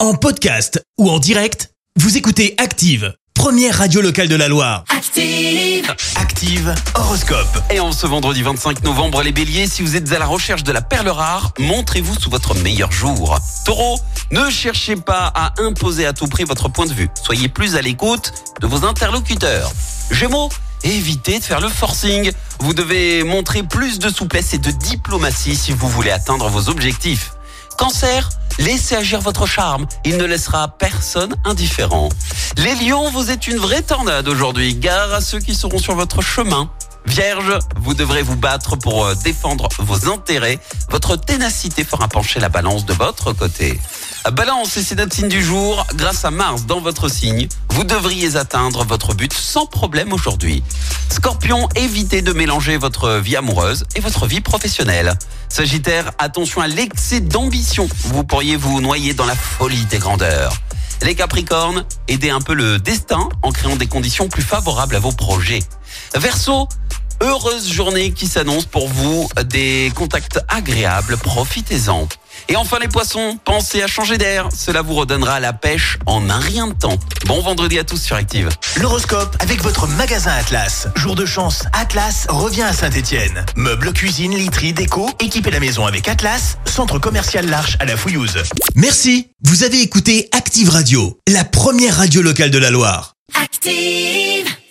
En podcast ou en direct, vous écoutez Active, première radio locale de la Loire. Active. Active Horoscope. Et en ce vendredi 25 novembre, les béliers, si vous êtes à la recherche de la perle rare, montrez-vous sous votre meilleur jour. Taureau, ne cherchez pas à imposer à tout prix votre point de vue. Soyez plus à l'écoute de vos interlocuteurs. Gémeaux, évitez de faire le forcing. Vous devez montrer plus de souplesse et de diplomatie si vous voulez atteindre vos objectifs. Cancer, laissez agir votre charme. Il ne laissera personne indifférent. Les lions, vous êtes une vraie tornade aujourd'hui. Gare à ceux qui seront sur votre chemin. Vierge, vous devrez vous battre pour euh, défendre vos intérêts. Votre ténacité fera pencher la balance de votre côté. Balance, et c'est notre signe du jour. Grâce à Mars dans votre signe, vous devriez atteindre votre but sans problème aujourd'hui. Scorpion, évitez de mélanger votre vie amoureuse et votre vie professionnelle. Sagittaire, attention à l'excès d'ambition. Vous pourriez vous noyer dans la folie des grandeurs. Les Capricornes, aidez un peu le destin en créant des conditions plus favorables à vos projets. Verseau, heureuse journée qui s'annonce pour vous, des contacts agréables, profitez-en. Et enfin les poissons, pensez à changer d'air, cela vous redonnera la pêche en un rien de temps. Bon vendredi à tous sur Active. L'horoscope avec votre magasin Atlas. Jour de chance, Atlas revient à Saint-Étienne. Meubles, cuisine, literie, déco, équipez la maison avec Atlas, centre commercial L'Arche à la Fouillouse. Merci, vous avez écouté Active Radio, la première radio locale de la Loire. Active.